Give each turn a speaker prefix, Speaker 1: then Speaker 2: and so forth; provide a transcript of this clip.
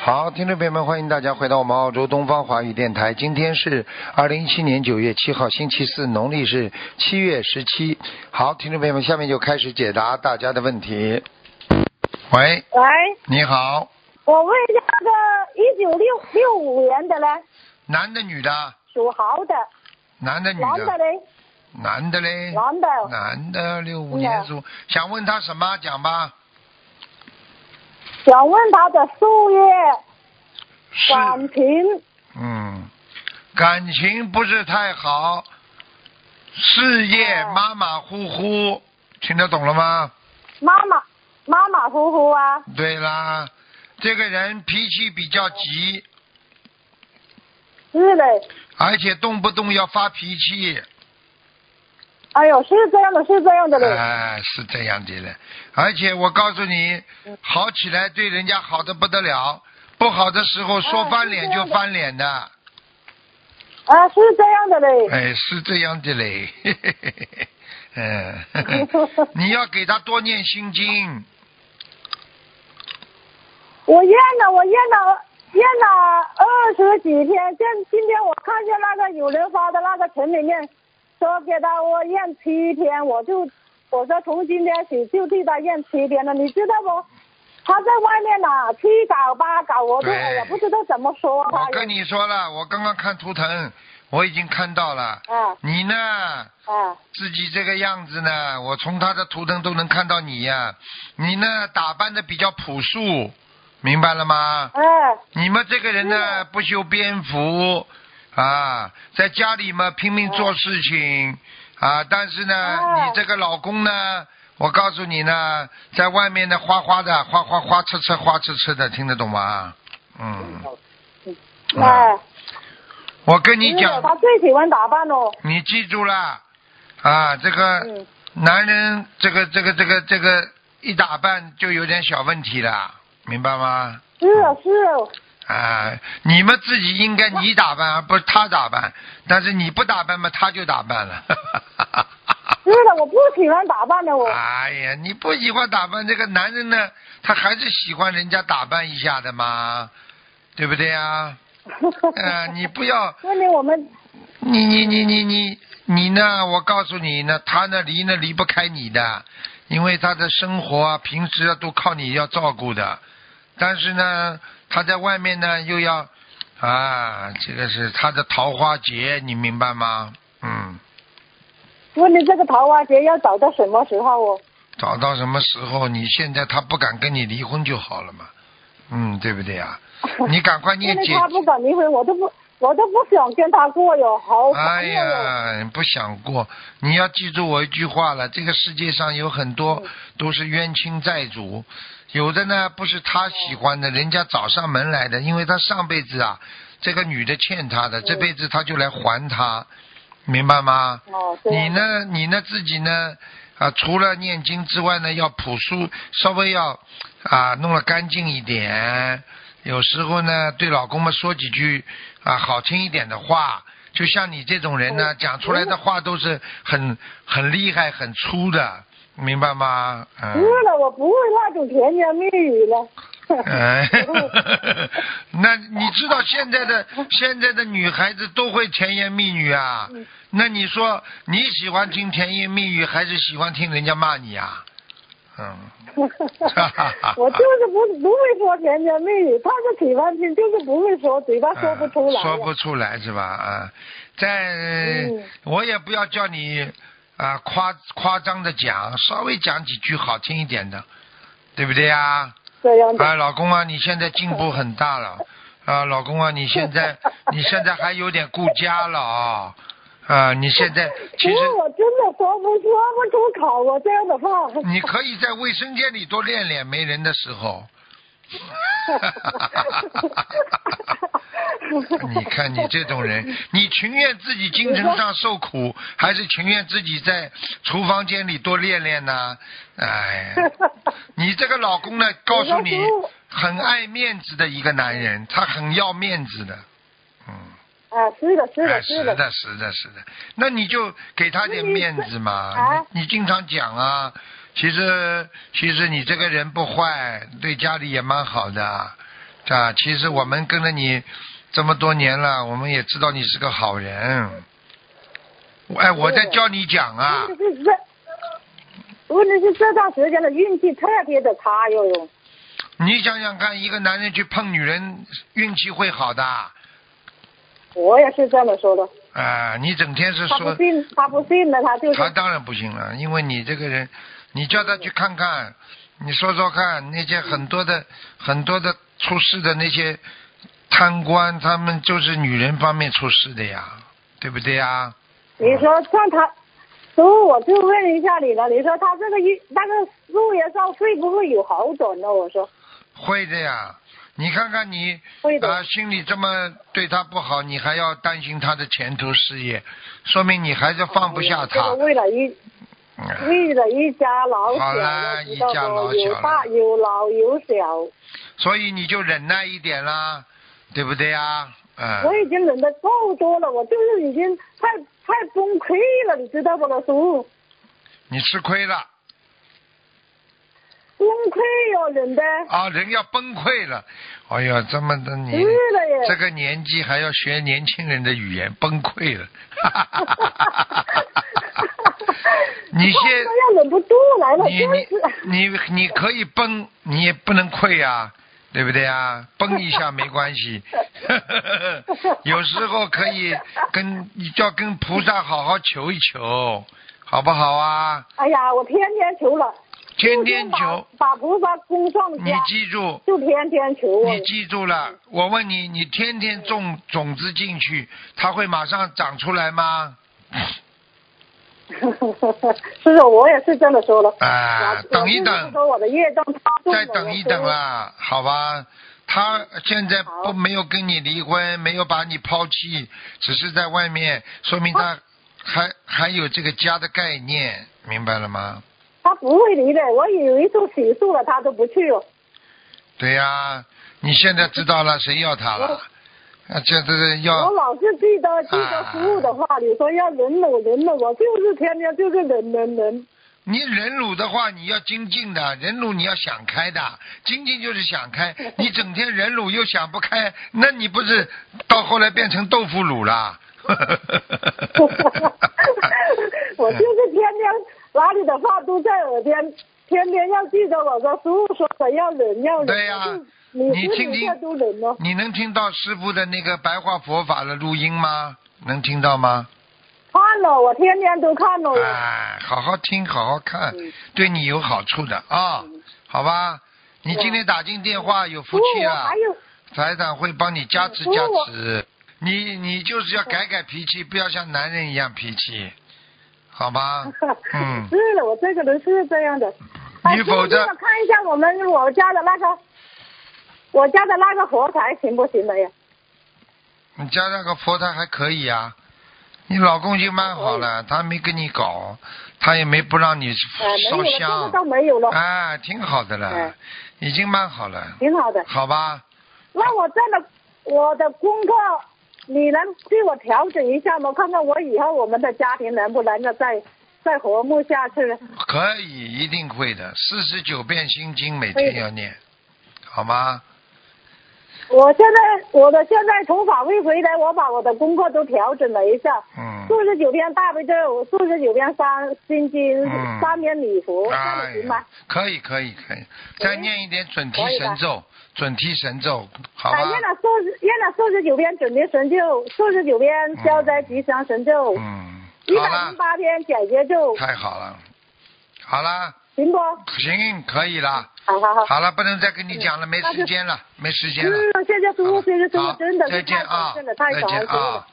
Speaker 1: 好，听众朋友们，欢迎大家回到我们澳洲东方华语电台。今天是二零一七年九月七号，星期四，农历是七月十七。好，听众朋友们，下面就开始解答大家的问题。喂，
Speaker 2: 喂，
Speaker 1: 你好，
Speaker 2: 哎我问一下那个一九六六五年的嘞，
Speaker 1: 男的女的？
Speaker 2: 属猴的，
Speaker 1: 男的女
Speaker 2: 男的
Speaker 1: 的？
Speaker 2: 嘞，
Speaker 1: 男的嘞？
Speaker 2: 男的，
Speaker 1: 男的，六五
Speaker 2: 嗯
Speaker 1: 年属，想问他什么？讲吧。
Speaker 2: 想问他的事业、
Speaker 1: 是，
Speaker 2: 感情，
Speaker 1: 嗯，感情不是太好，事业
Speaker 2: 哦
Speaker 1: 马马虎虎，听得懂了吗？
Speaker 2: 妈妈马马虎虎啊，
Speaker 1: 对啦，这个人脾气比较急，
Speaker 2: 是嘞，
Speaker 1: 而且动不动要发脾气，
Speaker 2: 哎呦，是这样的，是这样的
Speaker 1: 哎、
Speaker 2: 嘞，
Speaker 1: 是这样的了。而且我告诉你，好起来对人家好的不得了，不好的时候说
Speaker 2: 哎
Speaker 1: 翻
Speaker 2: 是
Speaker 1: 脸
Speaker 2: 这
Speaker 1: 就
Speaker 2: 样的
Speaker 1: 翻脸的，
Speaker 2: 啊，是这样的嘞，
Speaker 1: 哎，是这样的嘞。 嘿嘿嘿嘿嘿嗯， 你要给他多念心
Speaker 2: 哎
Speaker 1: 经，
Speaker 2: 我验了，我验了。验了二十几天，今今天我看见那个有人发的那个群里面说给他我验七天，我就我说从今天起就替他验七天了，你知道不？他在外面呐、七搞八搞，我都
Speaker 1: 对
Speaker 2: 哎呀不知道怎么说他
Speaker 1: 我。跟你说了，我刚刚看图腾，我已经看到了。
Speaker 2: 啊
Speaker 1: 你呢？
Speaker 2: 啊
Speaker 1: 自己这个样子呢，我从他的图腾都能看到你呀、你呢，打扮的比较朴素，明白了吗？
Speaker 2: 哎
Speaker 1: 你们这个人呢，不修边幅啊，在家里嘛拼命做事情啊，但是呢，
Speaker 2: 哎
Speaker 1: 你这个老公呢，我告诉你呢，在外面呢花花的，花花花痴痴花痴痴的，听得懂吗？嗯，
Speaker 2: 哎，
Speaker 1: 我跟
Speaker 2: 因
Speaker 1: 嗯你
Speaker 2: 为
Speaker 1: 讲，
Speaker 2: 他最喜欢打扮哦。
Speaker 1: 你记住了啊，这个。
Speaker 2: 嗯，
Speaker 1: 男人这个这个这个这个一打扮就有点小问题了，明白吗？
Speaker 2: 是啊是啊，
Speaker 1: 啊，你们自己应该你打扮，而不是他打扮。但是你不打扮嘛，他就打扮了。
Speaker 2: 是的，我不喜欢打扮的我。
Speaker 1: 哎呀，你不喜欢打扮，这个男人呢，他还是喜欢人家打扮一下的嘛，对不对呀？呃，你不要，
Speaker 2: 问你我们
Speaker 1: 你你你你你你呢？我告诉你呢，他呢离呢离不开你的，因为他的生活啊，平时啊都靠你要照顾的，但是呢，他在外面呢又要啊，这个是他的桃花劫，你明白吗？嗯，
Speaker 2: 问你这个桃花节要找到什么时候哦？
Speaker 1: 找到什么时候？你现在他不敢跟你离婚就好了嘛，嗯，对不对呀、 你 赶快
Speaker 2: 因
Speaker 1: 念
Speaker 2: 为
Speaker 1: 姐
Speaker 2: 他不敢离婚，我都不，我都不想跟他过哟，好
Speaker 1: 哎
Speaker 2: 烦啊呀哟！
Speaker 1: 呀，不想过。你要记住我一句话了，这个世界上有很多都是冤亲债主，有的呢不是他喜欢的，人家找上门来的，因为他上辈子啊，这个女的欠他的，这辈子他就来还他，明白吗？
Speaker 2: 哦，对
Speaker 1: 你
Speaker 2: 呀，
Speaker 1: 呢？你呢？自己呢？啊，除了念经之外呢，要朴素，稍微要啊，弄得干净一点。有时候呢，对老公们说几句啊好听一点的话。就像你这种人呢，
Speaker 2: 嗯
Speaker 1: 讲出来的话都是很很厉害、很粗的，明白吗？嗯。
Speaker 2: 是了，我不会那种甜言蜜语了。
Speaker 1: 哎，那你知道现在的现在的女孩子都会甜言蜜语啊？
Speaker 2: 嗯
Speaker 1: 那你说你喜欢听甜言蜜语，还是喜欢听人家骂你啊？嗯，
Speaker 2: 我就是不不会说甜言蜜语，他是喜欢听，就是不会说，嘴巴说不出来
Speaker 1: 嗯
Speaker 2: 啊呀。
Speaker 1: 说不出来是吧？啊，在、
Speaker 2: 嗯
Speaker 1: 我也不要叫你啊、夸夸张的讲，稍微讲几句好听一点的，对不对呀、
Speaker 2: 这样的。
Speaker 1: 哎，老公啊，你现在进步很大了啊，老公啊，你现在你现在还有点顾家了啊、啊，你现在其
Speaker 2: 不
Speaker 1: 实
Speaker 2: 过我真的说不说不出口，我这样的话。
Speaker 1: 你可以在卫生间里多练练，没人的时候。你看你这种人，你情愿自己精神上受苦，还是情愿自己在厨房间里多练练呢？哎呀，你这个老公呢，告诉你
Speaker 2: 你说
Speaker 1: 很爱面子的一个男人，他很要面子的，嗯，
Speaker 2: 啊，是的，是
Speaker 1: 哎，
Speaker 2: 的，
Speaker 1: 是
Speaker 2: 的。
Speaker 1: 的，是的，是的，那你就给他点面子
Speaker 2: 那
Speaker 1: 嘛你
Speaker 2: 你。
Speaker 1: 你经常讲啊，其实其实你这个人不坏，对家里也蛮好的，啊，其实我们跟着你这么多年了，我们也知道你是个好人。哎，我在教你讲啊，
Speaker 2: 问题是这，问题是这段时间的运气特别的差哟哟。
Speaker 1: 你想想看，一个男人去碰女人，运气会好的啊、
Speaker 2: 我也是这么说的，
Speaker 1: 你整天是
Speaker 2: 他不
Speaker 1: 说，
Speaker 2: 信，他不信了，他就是
Speaker 1: 他当然不行了，因为你这个人，你叫他去看看，你说说看，那些很多的、很多的出事的那些贪官，他们就是女人方面出事的呀，对不对呀？
Speaker 2: 你说像他，所以我就问一下你了，你说他这个一那个树叶上会不会有好转呢？我说
Speaker 1: 会的呀，你看看你
Speaker 2: 会的，
Speaker 1: 啊、心里这么对他不好，你还要担心他的前途事业，说明你还是放不下
Speaker 2: 哎这
Speaker 1: 他
Speaker 2: 个。为 了一
Speaker 1: 嗯
Speaker 2: 为了一家老
Speaker 1: 好
Speaker 2: 小
Speaker 1: 啦
Speaker 2: 的，知道
Speaker 1: 一家老
Speaker 2: 不？
Speaker 1: 小
Speaker 2: 有大有老有小，
Speaker 1: 所以你就忍耐一点啦，对不对呀？嗯。
Speaker 2: 我已经忍得够多了，我就是已经太太崩溃了，你知道不，老叔？
Speaker 1: 你吃亏了
Speaker 2: 崩溃哟、忍的，
Speaker 1: 啊，人要崩溃了。哎呀，这么的
Speaker 2: 是
Speaker 1: 年，
Speaker 2: 的耶。
Speaker 1: 这个年纪还要学年轻人的语言，崩溃了。你
Speaker 2: 哎我
Speaker 1: 先，
Speaker 2: 要忍不住来了，
Speaker 1: 你
Speaker 2: 真
Speaker 1: 你
Speaker 2: 是。
Speaker 1: 你你可以崩，你也不能溃啊，对不对啊？崩一下没关 系，有时候可以跟你就要跟菩萨好好求一求，好不好啊？
Speaker 2: 哎呀，我天天求了，
Speaker 1: 天天求，
Speaker 2: 把，把菩萨供上
Speaker 1: 你
Speaker 2: 家，
Speaker 1: 记住，
Speaker 2: 就天天求我
Speaker 1: 你。记住了，我问你，你天天种种子进去，它会马上长出来吗？
Speaker 2: 是的，我也是这么说了。
Speaker 1: 啊、
Speaker 2: 我
Speaker 1: 等一
Speaker 2: 我就是
Speaker 1: 等，
Speaker 2: 说我的业障他种
Speaker 1: 再
Speaker 2: 的
Speaker 1: 等一等。啊啦，好吧？他现在不
Speaker 2: 好
Speaker 1: 没有跟你离婚，没有把你抛弃，只是在外面，说明
Speaker 2: 啊
Speaker 1: 他还还有这个家的概念，明白了吗？
Speaker 2: 他不会离的，我有一次洗漱了，他都不去哦。
Speaker 1: 对呀、你现在知道了谁要他了？啊，这这这要
Speaker 2: 我老是记得记得师傅的话，你说要忍了，我忍了，我就是天天就是忍忍忍。
Speaker 1: 你忍辱的话，你要精进的，忍辱你要想开的，精进就是想 开。你整天忍辱又想不开，那你不是到后来变成豆腐乳啦？
Speaker 2: 我就是天天哪里的话都在耳边，天天要记得我说师傅说的要忍要忍。
Speaker 1: 对呀
Speaker 2: 我就你
Speaker 1: 你
Speaker 2: 不
Speaker 1: 听听
Speaker 2: 忍都忍哦了。
Speaker 1: 你能听到师傅的那个白话佛法的录音吗？能听到吗？
Speaker 2: 看了，我天天都看了。
Speaker 1: 哎，好好听，好好看，
Speaker 2: 哦嗯
Speaker 1: 对你有好处的啊，好吧？你今天打进电话有福气啊
Speaker 2: 哦不我
Speaker 1: 了
Speaker 2: 还。有
Speaker 1: 财长会帮你加持
Speaker 2: 嗯不
Speaker 1: 加
Speaker 2: 过我
Speaker 1: 持。你你就是要改改脾气，不要像男人一样脾气，好吧？ 嗯
Speaker 2: 是的，我这个人是这样的。哎
Speaker 1: 你否则
Speaker 2: 师傅帮我看一下我们我家的那个，我家的那个佛台行不行的呀？
Speaker 1: 你家那个佛台还可以啊，你老公就蛮好了，他没跟你搞，他也没不让你
Speaker 2: 哎，没有
Speaker 1: 烧
Speaker 2: 了，这个
Speaker 1: 香，
Speaker 2: 倒没有了，
Speaker 1: 哎，挺好的了
Speaker 2: 哎，
Speaker 1: 已经蛮好了，
Speaker 2: 挺好的。
Speaker 1: 好吧？
Speaker 2: 那我真的，我的功课，你能对我调整一下吗？看看我以后我们的家庭能不能够再再和睦下去呢？
Speaker 1: 可以，一定会的。四十九遍心经每
Speaker 2: 可以
Speaker 1: 天
Speaker 2: 的
Speaker 1: 要念，好吗？
Speaker 2: 我现在我的现在从法会回来，我把我的功课都调整了一下，
Speaker 1: 嗯。
Speaker 2: 四十九遍大悲咒，四十九遍三心经，
Speaker 1: 嗯
Speaker 2: 三遍礼佛，这
Speaker 1: 哎
Speaker 2: 样
Speaker 1: 呀
Speaker 2: 行吗？
Speaker 1: 可以可以可以，再念一点准提
Speaker 2: 哎可以吧
Speaker 1: 神咒，准提神咒，好吧
Speaker 2: 哎，？念了四十，念了四十九遍准提神咒，四十九遍消灾吉祥神咒，
Speaker 1: 嗯，
Speaker 2: 一
Speaker 1: 好
Speaker 2: 百
Speaker 1: 啦
Speaker 2: 零，八遍解结咒，
Speaker 1: 太好了，好啦，
Speaker 2: 行不？
Speaker 1: 行，可以啦，
Speaker 2: 好好好。
Speaker 1: 好了，不能再跟你讲了，没时间了，没时间了，
Speaker 2: 嗯，谢谢师
Speaker 1: 好
Speaker 2: 傅，
Speaker 1: 了
Speaker 2: 谢谢师
Speaker 1: 好
Speaker 2: 傅，真的
Speaker 1: 再
Speaker 2: 是
Speaker 1: 见
Speaker 2: 太
Speaker 1: 啊
Speaker 2: 感谢了，，太
Speaker 1: 再
Speaker 2: 感
Speaker 1: 见
Speaker 2: 恩师傅了
Speaker 1: 啊。。